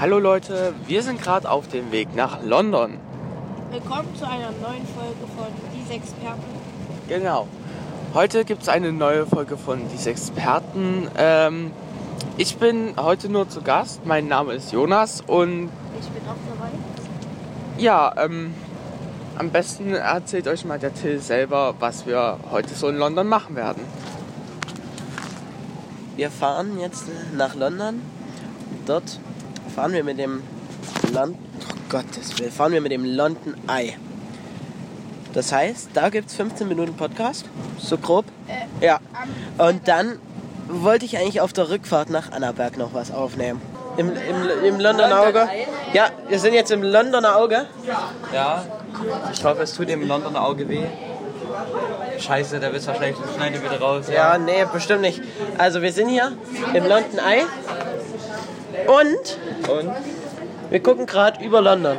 Hallo Leute, wir sind gerade auf dem Weg nach London. Willkommen zu einer neuen Folge von Die Sexperten. Genau. Heute gibt es eine neue Folge von Die Experten. Ähm, ich bin heute nur zu Gast. Mein Name ist Jonas und Ich bin auch dabei. ja, ähm, am besten erzählt euch mal der Till selber, was wir heute so in London machen werden. Wir fahren jetzt äh, nach London. Dort fahren wir mit dem London. Oh Gottes Willen, fahren wir mit dem London Eye. Das heißt, da gibt es 15 Minuten Podcast, so grob. Äh, Ja. am Und dann wollte ich eigentlich auf der Rückfahrt nach Annaberg noch was aufnehmen. Im, im, im Londoner Auge? Ja, wir sind jetzt im Londoner Auge. Ja, ich hoffe, es tut dem Londoner Auge weh. Scheiße, der wird wahrscheinlich schneide wieder raus. Ja, nee, bestimmt nicht. Also wir sind hier im London Eye und Und wir gucken gerade über London.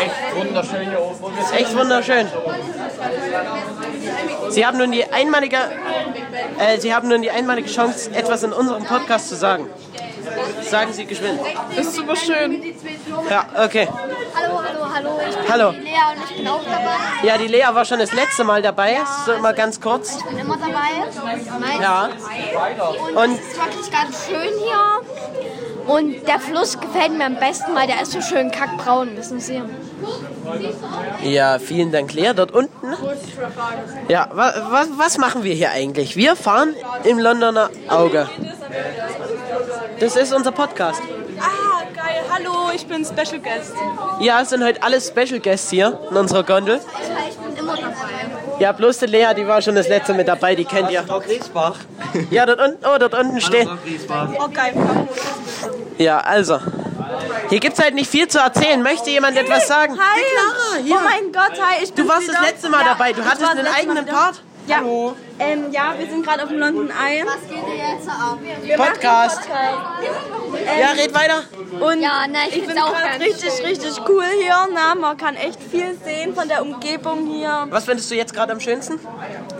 echt wunderschön hier oben. Und wir Ist echt wunderschön. Sie haben nun die einmalige, äh, Sie haben nun die einmalige Chance, etwas in unserem Podcast zu sagen. Sagen Sie geschwind. Ist super schön. Ja, okay. Hallo, hallo, hallo. Ich bin Hallo. die Lea und ich bin auch dabei. Ja, die Lea war schon das letzte Mal dabei, so immer ganz kurz. Ich bin immer dabei. Mein Ja. Und, Und- es ist wirklich ganz schön hier. Und der Fluss gefällt mir am besten, weil der ist so schön kackbraun, wissen Sie. Ja, vielen Dank, Lea. Dort unten. Ja, wa, wa, was machen wir hier eigentlich? Wir fahren im Londoner Auge. Das ist unser Podcast. Ah, geil. Hallo, ich bin Special Guest. Ja, es sind heute alle Special Guests hier in unserer Gondel. Ich bin immer dabei. Ja, bloß die Lea, die war schon das letzte mit dabei, die kennt ihr. Frau Griesbach. Ja, dort unten, oh, dort unten steht. Frau Griesbach. Oh, geil. Ja, also. Hier gibt's halt nicht viel zu erzählen. Möchte jemand etwas sagen? Hi. Oh mein Gott, hi. Ich Du warst das letzte Mal dabei. Du hattest einen eigenen Part. Ja. Ähm, ja, wir sind gerade auf dem London Eye. Was geht ihr jetzt ab? Wir machen Podcast. einen Podcast. Ja, red weiter. Und Ja, na, Ah, ich ich find's bin auch gerade ganz richtig, schön. richtig cool hier. Na, man kann echt viel sehen von der Umgebung hier. Was findest du jetzt gerade am schönsten?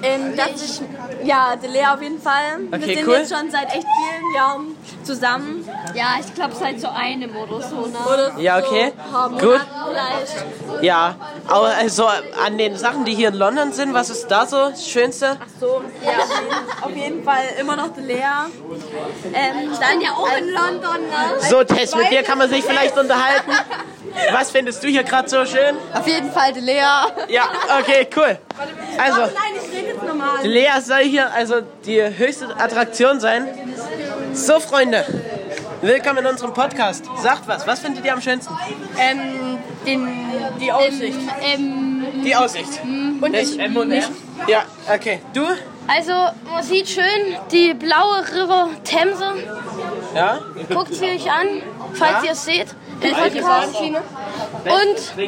Ähm, dass ich, ja, die Lea auf jeden Fall. Okay, wir sind cool. jetzt schon seit echt vielen Jahren zusammen. Ja, ich glaube seit so einem oder so. Ne? Oder Ja, okay. So, ein paar Gut. Monaten Vielleicht. Ja, aber also an den Sachen, die hier in London sind, was ist da so das Schönste? So, ja, auf jeden Fall immer noch die Lea. Ähm, Ich bin dann ja auch in London. Ne? So, Tess, mit dir kann man sich vielleicht unterhalten. Was findest du hier gerade so schön? Auf jeden Fall die Lea. Ja, okay, cool. Oh Also, nein, ich rede jetzt normal. Lea soll hier also die höchste Attraktion sein. So, Freunde, willkommen in unserem Podcast. Sagt was, was findet ihr am schönsten? Ähm, Den, die Aussicht. Hm. Die Aussicht. Und ich. Ja, okay. Du? Also, man sieht schön die blaue River Themse. Ja? Guckt sie euch an, falls Ja. ihr es seht. Im Podcast. Und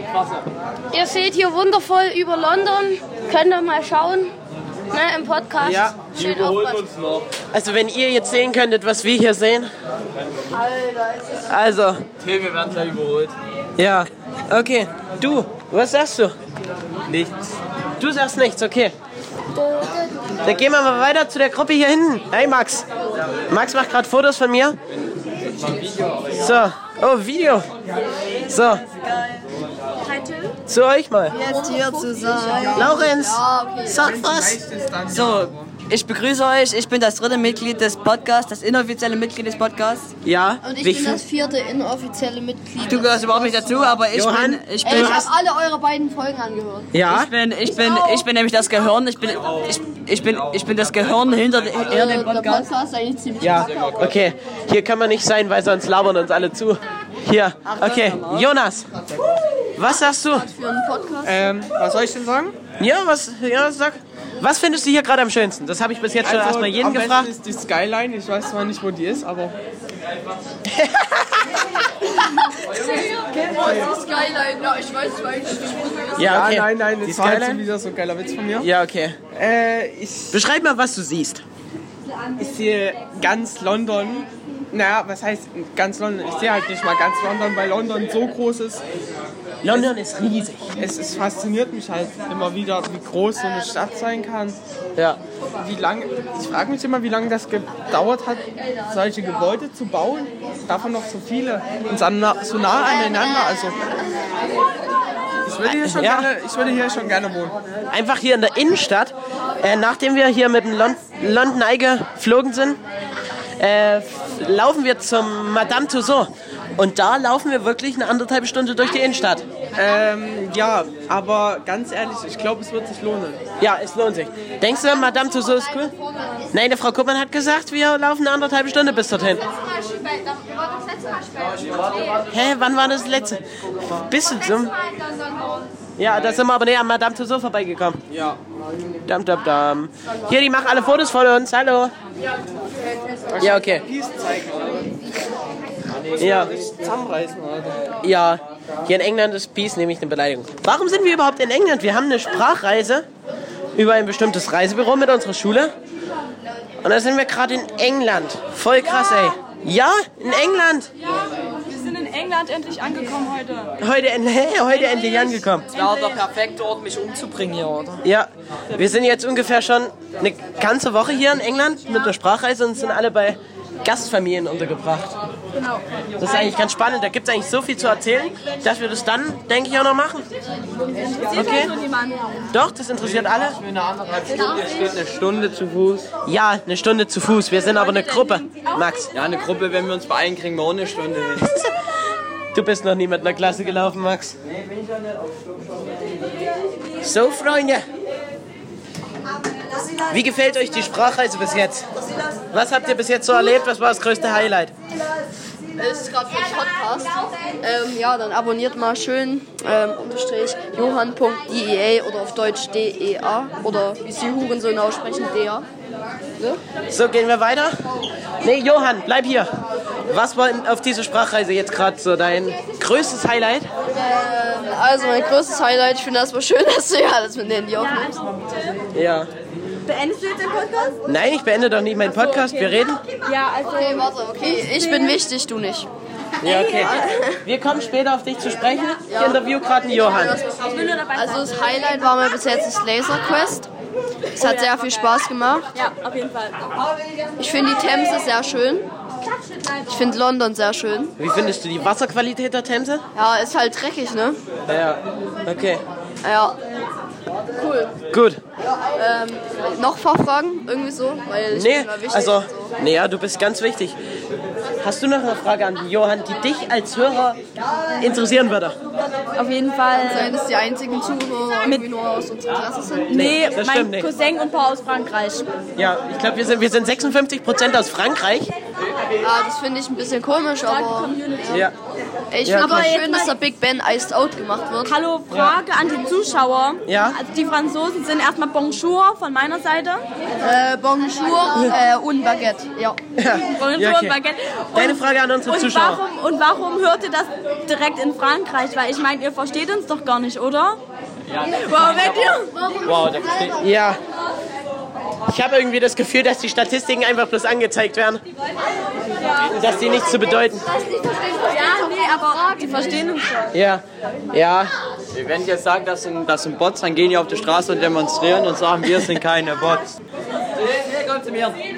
ihr seht hier wundervoll über London. Könnt ihr mal schauen. Ne, Im Podcast. Ja. Schön aufpassen. Also, wenn ihr jetzt sehen könntet, was wir hier sehen. Also, Till, wir werden gleich überholt. ja. Okay. Du, was sagst du? Nichts. Du sagst nichts, okay. Dann gehen wir mal weiter zu der Gruppe hier hinten. Hey Max. Max macht gerade Fotos von mir. So, oh, Video. So, zu euch mal. Jetzt hier zu sein. Laurenz, sag was. So, ich begrüße euch. Ich bin das dritte Mitglied des Podcasts, das inoffizielle Mitglied des Podcasts. Ja, Und ich bin wie viel- das vierte inoffizielle Mitglied. Du gehörst überhaupt nicht dazu, aber ich Johann? bin. Ich Ey, bin, ich habe alle eure beiden Folgen angehört. ja, ich bin, ich bin, ich bin nämlich das Gehirn. Ich bin, ich, ich bin, ich bin das Gehirn hinter, hinter dem der Podcast. Podcast ist eigentlich ziemlich ja, kacke, aber- okay. Hier kann man nicht sein, weil sonst labern uns alle zu. Hier, okay. Jonas, was sagst du? Für einen Podcast. Ähm, was soll ich denn sagen? Ja, was, ja, sag. Was findest du hier gerade am schönsten? Das habe ich bis jetzt schon Also, erstmal jeden Also, am besten ist gefragt. die Skyline. Ich weiß zwar nicht, wo die ist, aber Skyline, ja, ich weiß es eigentlich nicht. Ja, okay. Ja, nein, nein, Die das war halt schon Skyline? wieder so ein geiler Witz von mir. Ja, okay. Äh, ich, Beschreib mal, was du siehst. ich sehe Äh, ganz London. Naja, was heißt ganz London? Ich sehe halt nicht mal ganz London, weil London so groß ist. London ist riesig. Es, es fasziniert mich halt immer wieder, wie groß so eine Stadt sein kann. Ja. Wie lange, ich frage mich immer, wie lange das gedauert hat, solche Gebäude zu bauen. davon noch so viele und so na- so nah aneinander. Also ich würde hier schon, Ja. gerne, ich würde hier schon gerne wohnen. Einfach hier in der Innenstadt. Äh, nachdem wir hier mit dem Lon London Eye geflogen sind, äh, f- laufen wir zum Madame Tussauds. Und da laufen wir wirklich eine anderthalb Stunde durch die Innenstadt. Ähm, ja, aber ganz ehrlich, ich glaube, es wird sich lohnen. Ja, es lohnt sich. Denkst du, Madame Tussauds ist cool? Nein, die Frau Kuppmann hat gesagt, wir laufen eine anderthalb Stunde bis dorthin. Hä, wann war das letzte? Bist du dumm? Ja, da sind wir aber näher an Madame Tussauds vorbeigekommen. Ja. Dam, dam, dam. Hier, die machen alle Fotos von uns. Hallo. Ja, okay. Ja. Zusammenreißen, Alter. Ja, hier in England ist Peace nämlich eine Beleidigung. Warum sind wir überhaupt in England? Wir haben eine Sprachreise über ein bestimmtes Reisebüro mit unserer Schule. Und da sind wir gerade in England. Voll krass, ey. Ja, in England. Wir sind in England endlich angekommen heute. Heute, en hey, heute endlich angekommen. Ja, der perfekte Ort, mich umzubringen hier, oder? Ja, wir sind jetzt ungefähr schon eine ganze Woche hier in England mit der Sprachreise und sind alle bei Gastfamilien untergebracht. Genau. Das ist eigentlich ganz spannend. Da gibt es eigentlich so viel zu erzählen, dass wir das dann, denke ich, auch noch machen. Okay. Doch, das interessiert alle. Hier steht eine Stunde zu Fuß. Ja, eine Stunde zu Fuß. Wir sind aber eine Gruppe. Max, Ja, eine Gruppe, wenn wir uns beeilen, kriegen wir auch eine Stunde hin. du bist noch nie mit einer Klasse gelaufen, Max. So, Freunde. Wie gefällt euch die Sprachreise bis jetzt? Was habt ihr bis jetzt so erlebt? Was war das größte Highlight? Es ist gerade für den Podcast. Ähm, ja, dann abonniert mal schön ähm, unterstrich johann.dea oder auf Deutsch DEA oder wie sie Hurensohn aussprechen, Ne? DEA. So, gehen wir weiter? Nee, Johann, bleib hier. Was war denn auf dieser Sprachreise jetzt gerade so dein größtes Highlight? Also mein größtes Highlight, ich finde das mal schön, dass du ja alles mit dem Handy aufnimmst. Ja. Beendest du jetzt den Podcast? Nein, ich beende doch nicht meinen Podcast. Wir reden. Ja, also... Okay, warte, okay. Ich bin wichtig, du nicht. Ja, okay. Wir kommen später auf dich zu sprechen. Ich interview gerade einen Johann. Also das Highlight war mal bis jetzt das Laser Quest. Es hat sehr viel Spaß gemacht. Ja, auf jeden Fall. Ich finde die Themse sehr schön. Ich finde London sehr schön. Wie findest du die Wasserqualität der Themse? Ja, ist halt dreckig, ne? Ja. Okay. Ja. Cool. Gut. Noch Fachfragen? Irgendwie so? Weil ich Nee, bin mal wichtig also, und so. nee, ja, du bist ganz wichtig. Hast du noch eine Frage an Johann, die dich als Hörer interessieren würde? Auf jeden Fall. Sein, dass die einzigen Zuhörer irgendwie nur aus unserer Klasse sind. Nee, das mein stimmt nicht. Cousin und ein paar aus Frankreich. Ja, ich glaube, wir sind, wir sind 56% aus Frankreich. Ah, das finde ich ein bisschen komisch, aber Ja. ich Ja, finde klar. mal schön, dass der Big Ben Iced Out gemacht wird. Hallo, Frage an die Zuschauer. Ja. Also die Franzosen sind erstmal Bonjour von meiner Seite. Äh, Bonjour äh, und Baguette. Ja. Bonjour Ja, okay. und Baguette. Und, Deine Frage an unsere und Zuschauer. warum, und warum hört ihr das direkt in Frankreich? Weil ich meine, ihr versteht uns doch gar nicht, oder? Ja. Wow, wenn ihr... Wow, der versteht. Ja. Ich habe irgendwie das Gefühl, dass die Statistiken einfach bloß angezeigt werden. Dass die nichts zu bedeuten. Ja, nee, aber die verstehen uns schon. Ja. Ja. Wenn ich jetzt sage, das sind, das sind Bots, dann gehen die auf die Straße und demonstrieren und sagen, wir sind keine Bots.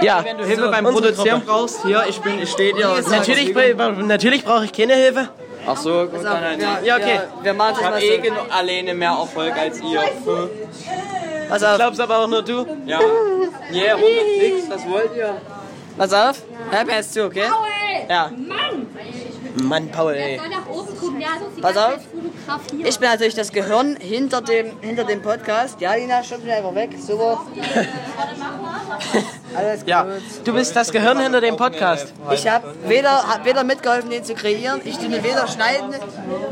Ja. Wenn du Hilfe beim unsere Produzieren Gruppe. brauchst, hier, ich bin, ich stehe dir. und- Natürlich, bra- natürlich brauche ich keine Hilfe. Ach so, gut, dann halt. nicht. Ja, okay. Wir machen Ich habe eh genug- alleine mehr Erfolg als ihr. Pass auf. Ich glaub's aber auch nur du. Ja. Yeah, Runde nix, das wollt ihr. Pass auf, hör mir jetzt zu, okay? Ja. Mann, Paul, ey. Pass auf. Ich bin natürlich das Gehirn hinter dem, hinter dem Podcast. Ja, Lina, schub mich einfach weg. Super. Alles gut. Ja, du bist das Gehirn hinter dem Podcast. Ich habe weder, hab weder mitgeholfen, den zu kreieren. Ich tue ihn weder schneiden,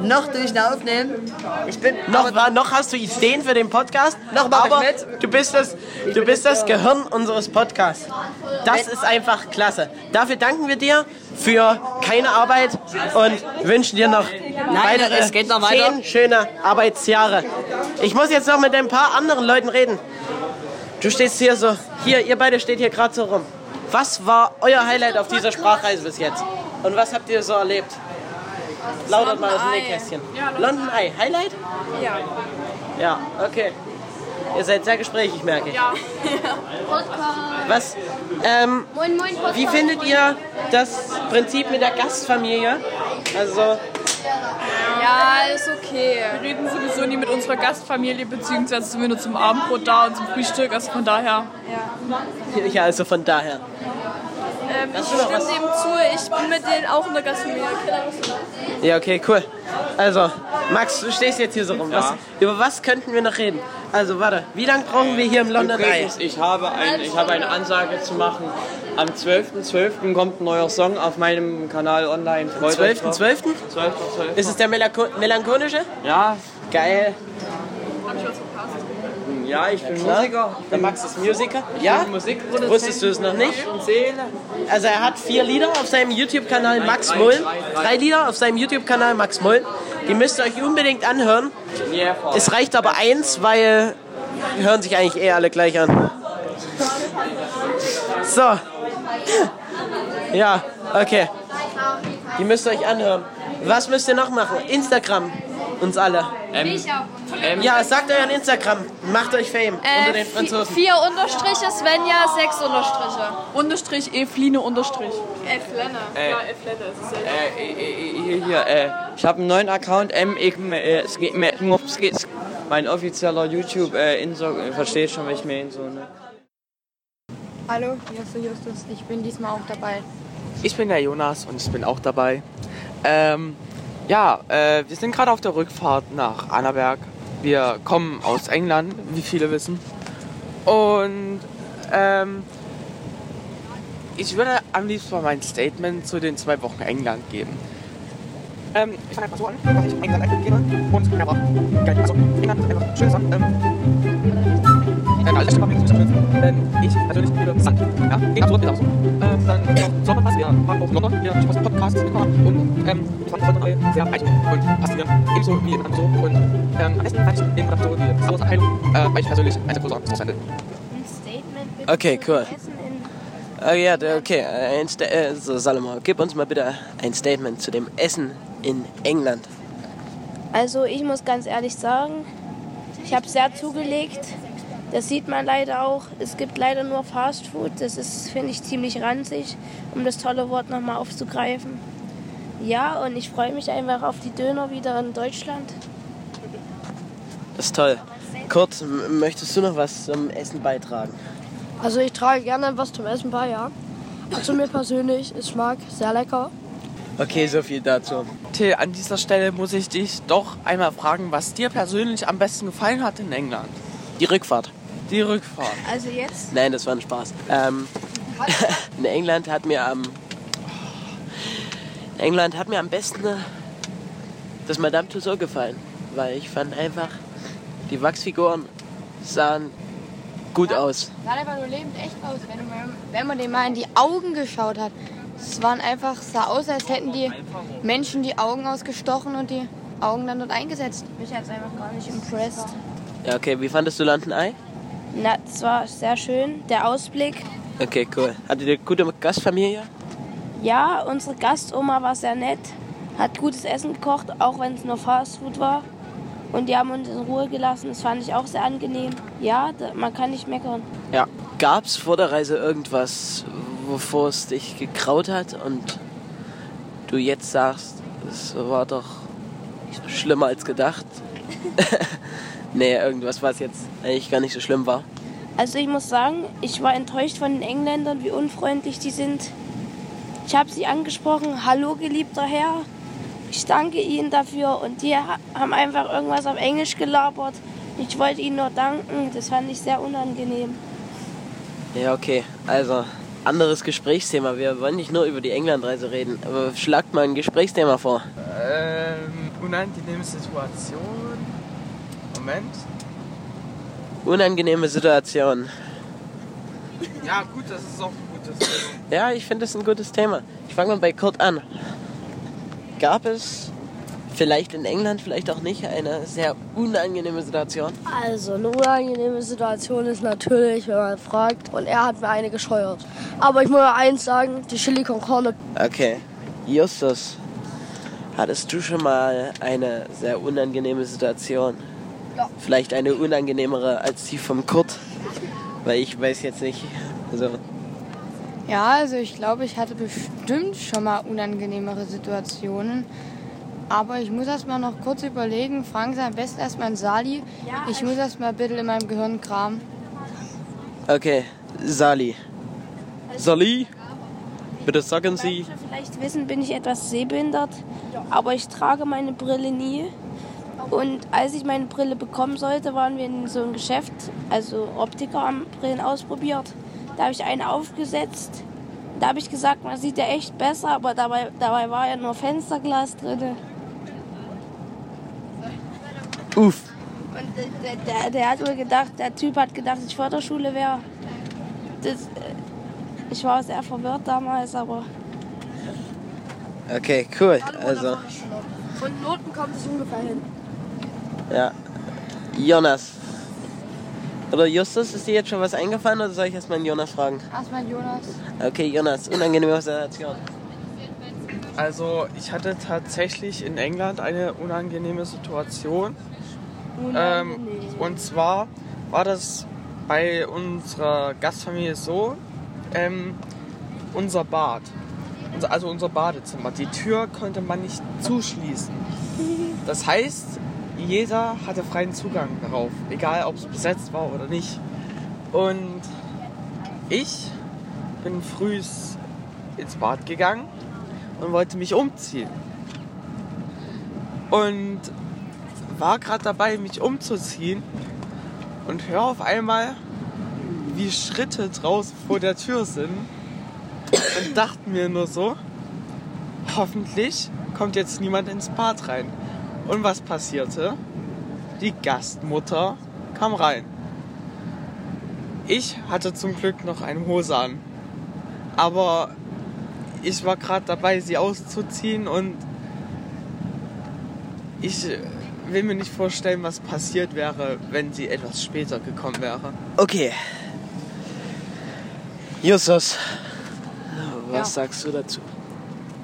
noch tue ich ihn aufnehmen. Ich bin Noch, wa- noch hast du Ideen für den Podcast, Noch mach ich aber mit. du bist das, du bist das Gehirn unseres Podcasts. Das ist einfach klasse. Dafür danken wir dir für keine Arbeit und wünschen dir noch weitere es geht noch weiter. zehn schöne Arbeitsjahre. Ich muss jetzt noch mit ein paar anderen Leuten reden. Du stehst hier so, hier, ihr beide steht hier gerade so rum. Was war euer Highlight auf dieser Sprachreise bis jetzt? Und was habt ihr so erlebt? Lautert mal aus dem Nähkästchen. London Eye, Highlight? Ja, okay. Ihr seid sehr gesprächig, merke ich. Podcast. Was, ähm, Moin, moin, Podcast. wie findet ihr das Prinzip mit der Gastfamilie? Also, Ja, ist okay. Wir reden sowieso nie mit unserer Gastfamilie, beziehungsweise sind wir nur zum Abendbrot da und zum Frühstück, also von daher. ja, also von daher. Ähm, Hast du noch was? dem zu, ich bin mit denen auch in der Gastfamilie. Ja, okay, cool. Also, Max, du stehst jetzt hier so rum. Was, über was könnten wir noch reden? Also, warte, wie lange brauchen wir hier im London Eye? Übrigens, ich habe, ein, ich habe eine Ansage zu machen. Am 12.12. kommt ein neuer Song auf meinem Kanal online. Freut euch drauf. 12.12.? 12.12. Ist es der Melancho melancholische? Ja, Geil. ja, ich bin klar. Musiker. Der Max ist Musiker. Ja? Musikproduzent. Wusstest du es noch nicht? Herz und Seele. Also er hat vier Lieder auf seinem YouTube-Kanal Max Mullen. Drei Lieder auf seinem YouTube-Kanal Max Mullen. Die müsst ihr euch unbedingt anhören. Yeah, Frau. Es reicht aber eins, weil die hören sich eigentlich eh alle gleich an. So. Ja, okay. Die müsst ihr euch anhören. Was müsst ihr noch machen? Instagram. Uns alle. Ähm, ähm, Ja, sagt euren Instagram. Macht euch Fame unter den Franzosen. vier Unterstriche, Svenja, sechs Unterstriche. Unterstrich, eh Efline, Unterstrich. äh, äh, äh, hier, hier, äh, ich habe einen neuen Account, M, ich, äh, es geht mir, es geht- mein offizieller YouTube, äh, Inso, äh, versteht schon, welch mir Inso, ne? Hallo, hier ist der Justus. Ich bin diesmal auch dabei. Ich bin der Jonas und ich bin auch dabei. Ähm, ja, äh, wir sind gerade auf der Rückfahrt nach Annaberg. Wir kommen aus England, wie viele wissen. Und ähm, ich würde am liebsten mal mein Statement zu den zwei Wochen England geben. Ähm, ich fange einfach so an, dass ich England einfach gehe und ja, war geil. Also England ist einfach schönes Land. Ähm, ähm, also, das stimmt, aber nicht so schön. Ähm, ich persönlich liebe Sand. Ja, geht absolut genauso. Ähm, dann ja, soll man was lernen. Machen aus London, wir haben Podcasts immer und ähm, ich fand die Folge sehr reich und passierend. Ebenso wie in so und ähm, am besten fand ich in so die Star Wars Abteilung, äh, weil ich persönlich ein sehr großer Star Wars Fan bin. Okay, cool. Ah, ja, da- okay. äh, Ein Sta äh, so, Salomon, gib uns mal bitte ein Statement zu dem Essen in England. Also ich muss ganz ehrlich sagen, ich habe sehr zugelegt. Das sieht man leider auch. Es gibt leider nur Fast Food. Das ist, finde ich, ziemlich ranzig, um das tolle Wort nochmal aufzugreifen. Ja, und ich freue mich einfach auf die Döner wieder in Deutschland. Das ist toll. Kurt, m- möchtest du noch was zum Essen beitragen? Also ich trage gerne was zum Essen bei, ja. Also mir persönlich ist Schmack sehr lecker. Okay, so viel dazu. Till, an dieser Stelle muss ich dich doch einmal fragen, was dir persönlich am besten gefallen hat in England. Die Rückfahrt. Die Rückfahrt. Also jetzt? Nein, das war ein Spaß. Ähm, in England hat mir am in England hat mir am besten äh, das Madame Tussauds gefallen, weil ich fand einfach die Wachsfiguren sahen gut aus. Sah einfach nur lebend echt aus, wenn, du mal, wenn man dem mal in die Augen geschaut hat. Es waren einfach, sah aus, als hätten die Menschen die Augen ausgestochen und die Augen dann dort eingesetzt. Mich hat es einfach gar nicht impressed. Ja, okay, wie fandest du London Eye? Na, es war sehr schön, der Ausblick. Okay, cool. Hattet ihr gute Gastfamilie? Ja, unsere Gastoma war sehr nett, hat gutes Essen gekocht, auch wenn es nur Fastfood war. Und die haben uns in Ruhe gelassen, das fand ich auch sehr angenehm. Ja, da, man kann nicht meckern. Ja. Gab's vor der Reise irgendwas, wovor es dich gekraut hat und du jetzt sagst, es war doch schlimmer als gedacht? nee, irgendwas, was jetzt eigentlich gar nicht so schlimm war. Also ich muss sagen, ich war enttäuscht von den Engländern, wie unfreundlich die sind. Ich habe sie angesprochen, hallo geliebter Herr, ich danke Ihnen dafür und die ha- haben einfach irgendwas auf Englisch gelabert. Ich wollte ihnen nur danken, das fand ich sehr unangenehm. Ja, okay. Also, anderes Gesprächsthema. Wir wollen nicht nur über die Englandreise reden, aber schlagt mal ein Gesprächsthema vor. Ähm, unangenehme Situation. Moment. Unangenehme Situation. Ja, gut, das ist auch ein gutes Thema. Ja, ich finde das ein gutes Thema. Ich fange mal bei Kurt an. Gab es vielleicht in England, vielleicht auch nicht, eine sehr unangenehme Situation? Also eine unangenehme Situation ist natürlich, wenn man fragt. Und er hat mir eine gescheuert. Aber ich muss mal eins sagen, die Chili con Carne. Okay. Justus, hattest du schon mal eine sehr unangenehme Situation? Vielleicht eine unangenehmere als die vom Kurt. Weil ich weiß jetzt nicht. Also, Ja, also ich glaube, ich hatte bestimmt schon mal unangenehmere Situationen. Aber ich muss erst mal noch kurz überlegen. Fragen Sie am besten erstmal einen Sali. Ich muss erst mal ein bisschen in meinem Gehirn kramen. okay. Sali. Sali? Bitte sagen Sie. Vielleicht wissen, bin ich etwas sehbehindert, aber ich trage meine Brille nie. Und als ich meine Brille bekommen sollte, waren wir in so einem Geschäft, also Optiker haben Brillen ausprobiert. Da habe ich eine aufgesetzt. Da habe ich gesagt, man sieht ja echt besser, aber dabei, dabei war ja nur Fensterglas drin. Uff. Und äh, der, der, der hat wohl gedacht, der Typ hat gedacht, ich Förderschule wäre. Das, äh, Ich war sehr verwirrt damals, aber. Okay, cool. Also, Von Noten kommt es ungefähr hin. ja. Jonas. Oder Justus, ist dir jetzt schon was eingefallen oder soll ich erstmal einen Jonas fragen? Erstmal Jonas. Okay, Jonas, unangenehme Situation. Also ich hatte tatsächlich in England eine unangenehme Situation. Ähm, Unangenehm. und zwar war das bei unserer Gastfamilie so, ähm, unser Bad, unser, also unser Badezimmer, die Tür konnte man nicht zuschließen. Das heißt, jeder hatte freien Zugang darauf, egal ob es besetzt war oder nicht. Und ich bin früh ins Bad gegangen und wollte mich umziehen. Und war gerade dabei, mich umzuziehen und höre auf einmal, wie Schritte draußen vor der Tür sind und dachte mir nur so, hoffentlich kommt jetzt niemand ins Bad rein. Und was passierte? Die Gastmutter kam rein. Ich hatte zum Glück noch eine Hose an. Aber ich war gerade dabei, sie auszuziehen und ich äh, will mir nicht vorstellen, was passiert wäre, wenn sie etwas später gekommen wäre. Okay. Justus. Was sagst du dazu?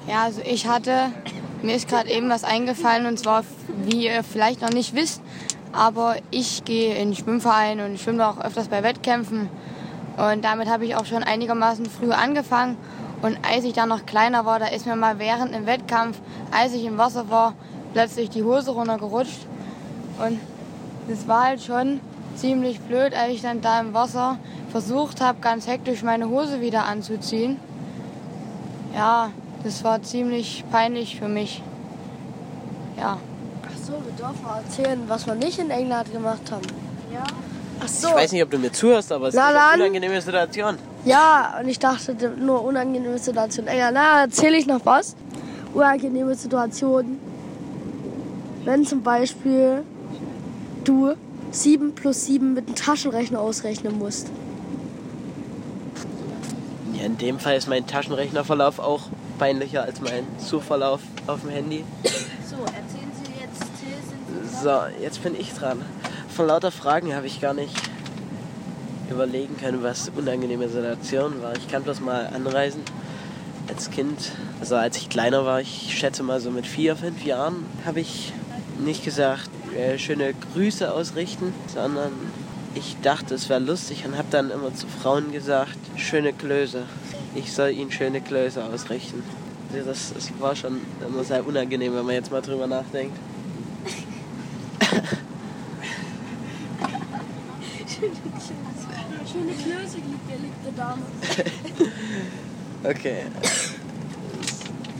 Ja, also ich hatte, mir ist gerade eben was eingefallen und zwar, wie ihr vielleicht noch nicht wisst, aber ich gehe in den Schwimmverein und schwimme auch öfters bei Wettkämpfen. Und damit habe ich auch schon einigermaßen früh angefangen. Und als ich dann noch kleiner war, da ist mir mal während im Wettkampf, als ich im Wasser war, plötzlich die Hose runtergerutscht. Und das war halt schon ziemlich blöd, als ich dann da im Wasser versucht habe, ganz hektisch meine Hose wieder anzuziehen. Ja, das war ziemlich peinlich für mich. Ja. Ach so, wir dürfen auch erzählen, was wir nicht in England gemacht haben. Ja. Ach so. Ich weiß nicht, ob du mir zuhörst, aber es Na ist eine dann. unangenehme Situation. Ja, und ich dachte, d- nur unangenehme Situation. Egal, na, erzähle ich noch was. Unangenehme Situationen. Wenn zum Beispiel du 7 plus 7 mit dem Taschenrechner ausrechnen musst. Ja, in dem Fall ist mein Taschenrechnerverlauf auch peinlicher als mein Suchverlauf auf dem Handy. So, erzählen Sie jetzt, Till, sind Sie So, jetzt bin ich dran. Von lauter Fragen habe ich gar nicht überlegen können, was unangenehme Situation war. Ich kann das mal anreisen. Als Kind, also als ich kleiner war, ich schätze mal so mit vier, fünf Jahren, habe ich nicht gesagt, äh, schöne Grüße ausrichten, sondern ich dachte, es wäre lustig und habe dann immer zu Frauen gesagt, schöne Klöße. Ich soll ihnen schöne Klöße ausrichten. Also Das, das war schon immer sehr unangenehm, wenn man jetzt mal drüber nachdenkt. Schöne Klöße. Schöne Klöße, geliebte Dame. Okay.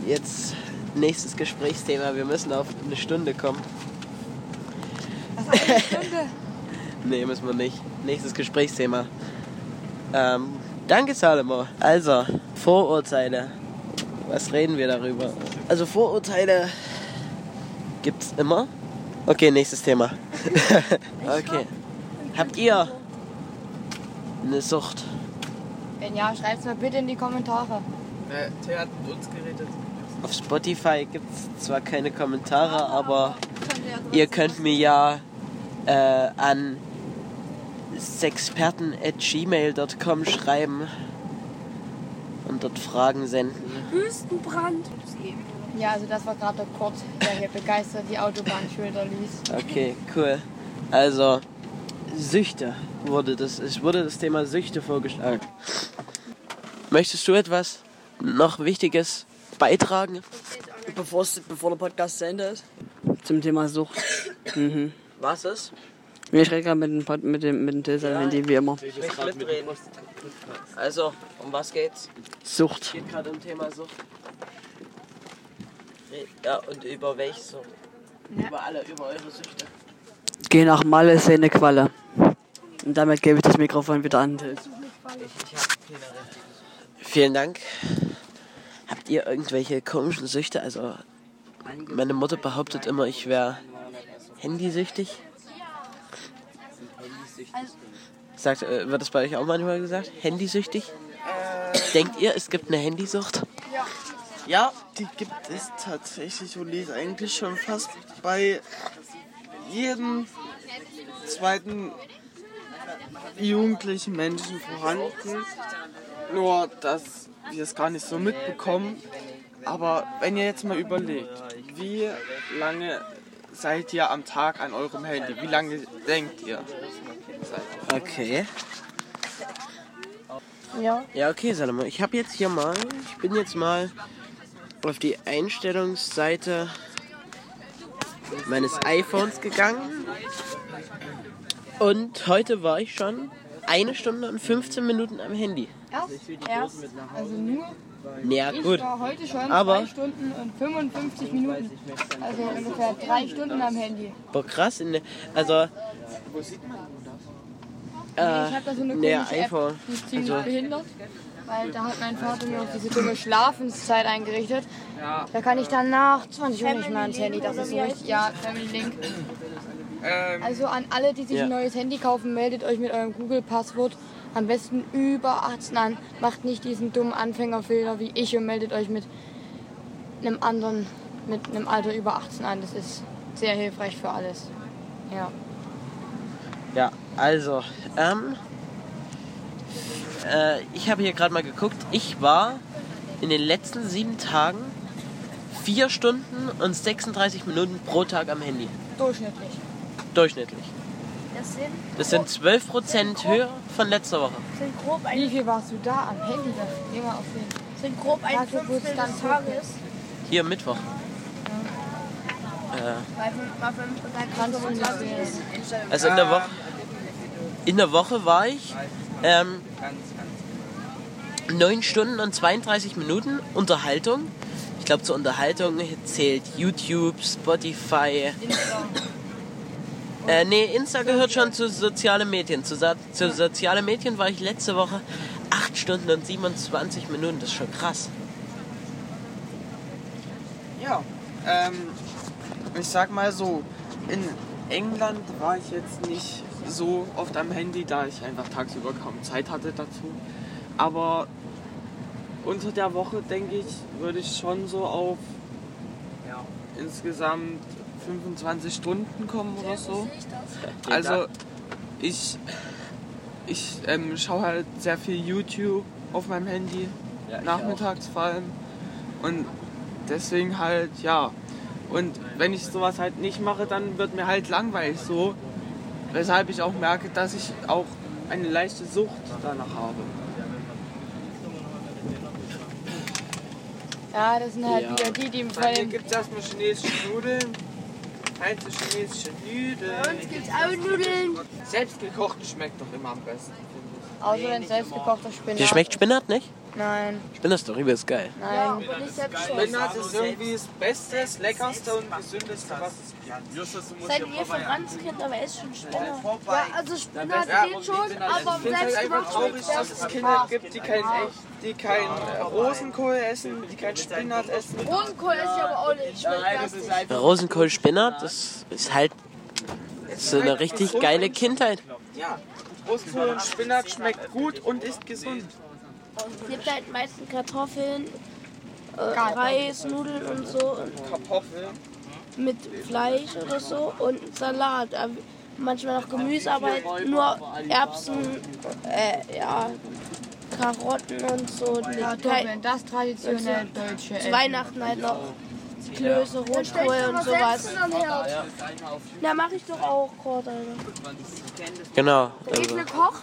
Jetzt nächstes Gesprächsthema. Wir müssen auf eine Stunde kommen. Nee, müssen wir nicht. Nächstes Gesprächsthema. Ähm, danke, Salomo. Also, Vorurteile. Was reden wir darüber? Also, Vorurteile gibt's immer. Okay, nächstes Thema. okay. Habt ihr eine Sucht? Wenn ja, schreibt's mal bitte in die Kommentare. Äh, Thea hat mit uns geredet. Auf Spotify gibt es zwar keine Kommentare, aber ihr könnt mir ja äh, an sexperten.gmail.com schreiben und dort Fragen senden. Wüstenbrand. Ja, also das war gerade der Kurt, der hier begeistert die Autobahn schilder ließ. Okay, cool. Also, Süchte wurde das, es wurde das Thema Süchte vorgeschlagen. Möchtest du etwas noch Wichtiges beitragen? Bevor's, bevor der Podcast zu Ende ist. Zum Thema Sucht. mhm. Was ist? Nee, Ich rede gerade mit dem, Pod, mit dem, mit dem Till sein Handy, wie immer. Also, um was geht's? Sucht. Es geht gerade um Thema Sucht. Ja, und über welche Sucht? Über alle, über eure Süchte. Geh nach Malle, Sehne, Qualle. Und damit gebe ich das Mikrofon wieder an Till. Vielen Dank. Habt ihr irgendwelche komischen Süchte? Also, meine Mutter behauptet immer, ich wäre handysüchtig. Sagt, äh, wird das bei euch auch manchmal gesagt? Handysüchtig? Denkt ihr, es gibt eine Handysucht? Ja, die gibt es tatsächlich und die ist eigentlich schon fast bei jedem zweiten jugendlichen Menschen vorhanden. Nur, dass wir es gar nicht so mitbekommen. Aber wenn ihr jetzt mal überlegt, wie lange seid ihr am Tag an eurem Handy? Wie lange denkt ihr? Okay. Ja. Ja, okay, Salomon. Ich habe jetzt hier mal, ich bin jetzt mal auf die Einstellungsseite meines iPhones gegangen. Und heute war ich schon eine Stunde und 15 Minuten am Handy. Erst, erst, also nur. Ja, ich gut. war heute schon Aber- 2 Stunden und 55 Minuten. Also ungefähr 3 Stunden am Handy. Boah, krass. In der, also, Nee, ich äh, habe da so eine in der komische iPhone. App, die ist ziemlich Also, behindert. Weil da hat mein Vater mir auch diese dumme Schlafenszeit eingerichtet. Da kann ich dann nach 20 Uhr nicht mehr ans Handy. Das ist so richtig. Ja, Family Link. Also an alle, die sich Ähm. Ja. ein neues Handy kaufen, meldet euch mit eurem Google-Passwort am besten über 18 an. Macht nicht diesen dummen Anfängerfehler wie ich und meldet euch mit einem anderen, mit einem Alter über 18 an. Das ist sehr hilfreich für alles. Ja. Ja, also, ähm, äh, ich habe hier gerade mal geguckt. Ich war in den letzten sieben Tagen vier Stunden und 36 Minuten pro Tag am Handy. Durchschnittlich. Durchschnittlich. Das sind, Das sind 12% höher von letzter Woche. grob ein Wie viel warst du da am Handy? Da immer auf den. Sind grob ein Fünftel des Tages. Hier Mittwoch. Äh, Weil 5 mal 5 und dann kannst du nicht also in der Woche. In der Woche war ich ähm, 9 Stunden und 32 Minuten Unterhaltung. Ich glaube, zur Unterhaltung zählt YouTube, Spotify. Äh, nee, Insta gehört schon zu sozialen Medien. Zu, sa- zu sozialen Medien war ich letzte Woche 8 Stunden und 27 Minuten. Das ist schon krass. Ja, ähm, ich sag mal so, in England war ich jetzt nicht so oft am Handy, da ich einfach tagsüber kaum Zeit hatte dazu. Aber unter der Woche, denke ich, würde ich schon so auf insgesamt 25 Stunden kommen oder so. Also ich, ich ähm, schaue halt sehr viel YouTube auf meinem Handy, Ja, ich nachmittags vor allem. Und deswegen halt, ja. Und wenn ich sowas halt nicht mache, dann wird mir halt langweilig so. Weshalb ich auch merke, dass ich auch eine leichte Sucht danach habe. Ja, das sind halt Ja. wieder die, die im Bei mir Fall. gibt es erstmal chinesische Nudeln. Heiße chinesische Nudeln. Bei uns gibt's auch Nudeln. Selbstgekochten schmeckt doch immer am besten, finde ich. Außer wenn selbstgekochter Spinat. Dir schmeckt Spinat nicht? Nein, Spinatstory ist geil. nein. Spinat ist irgendwie das Beste, das Leckerste und Gesündeste, was es gibt. Seid ihr Lieferantenkind, aber ist schon Spinner. Vorbei. Ja, also Spinner Ja, aber geht schon, aber Ich finde es halt einfach traurig, dass es Kinder gibt, die kein, echt, die kein äh, Rosenkohl essen, die kein Spinat essen. Rosenkohl ist ja aber auch nicht schlecht. Rosenkohl-Spinat, das ist halt so eine richtig geile Kindheit. Ja, Rosenkohl und Spinat schmeckt gut und ist gesund. Es gibt halt meistens Kartoffeln, äh, Reis, Nudeln und so Kartoffeln. mit Fleisch oder so und einen Salat. Äh, Manchmal noch Gemüse, aber halt nur Erbsen, äh, ja, Karotten und so. Ja, doch, wenn das traditionell deutsche Zu Weihnachten halt noch Klöße, Rotkohl und sowas. Na, mach ich doch auch Kord, Alter. Genau. Geht Also, mir Koch?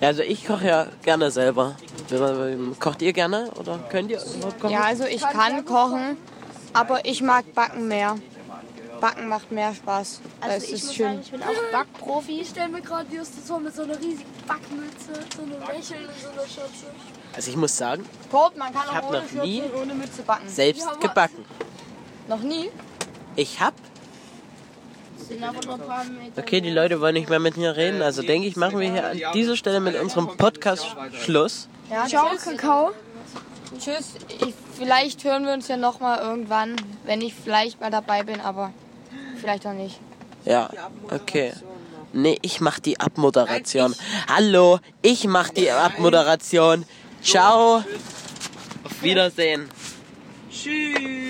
also ich koche ja gerne selber. Kocht ihr gerne oder könnt ihr überhaupt kochen? Ja, also ich kann kochen, aber ich mag Backen mehr. Backen macht mehr Spaß. Also es ich ist muss schön. sagen, ich bin auch Backprofi. Ich stelle mir gerade Justus vor mit so einer riesigen Backmütze, so einem Lächeln und so einer Schürze. Also ich muss sagen, Kurt, man kann Ich hab auch ohne noch Schürze nie und ohne Mütze backen. selbst gebacken. Noch nie? Ich hab. Sind aber nur ein paar Meter. Okay, die Leute wollen nicht mehr mit mir reden, also denke ich, machen wir hier an dieser Stelle mit unserem Podcast Schluss. Ja, Ciao, Kakao. Tschüss. Ich, vielleicht hören wir uns ja nochmal irgendwann, wenn ich vielleicht mal dabei bin, aber vielleicht auch nicht. Ja, okay. Nee, ich mach die Abmoderation. Hallo, ich mach die Abmoderation. Ciao. Auf Wiedersehen. Tschüss.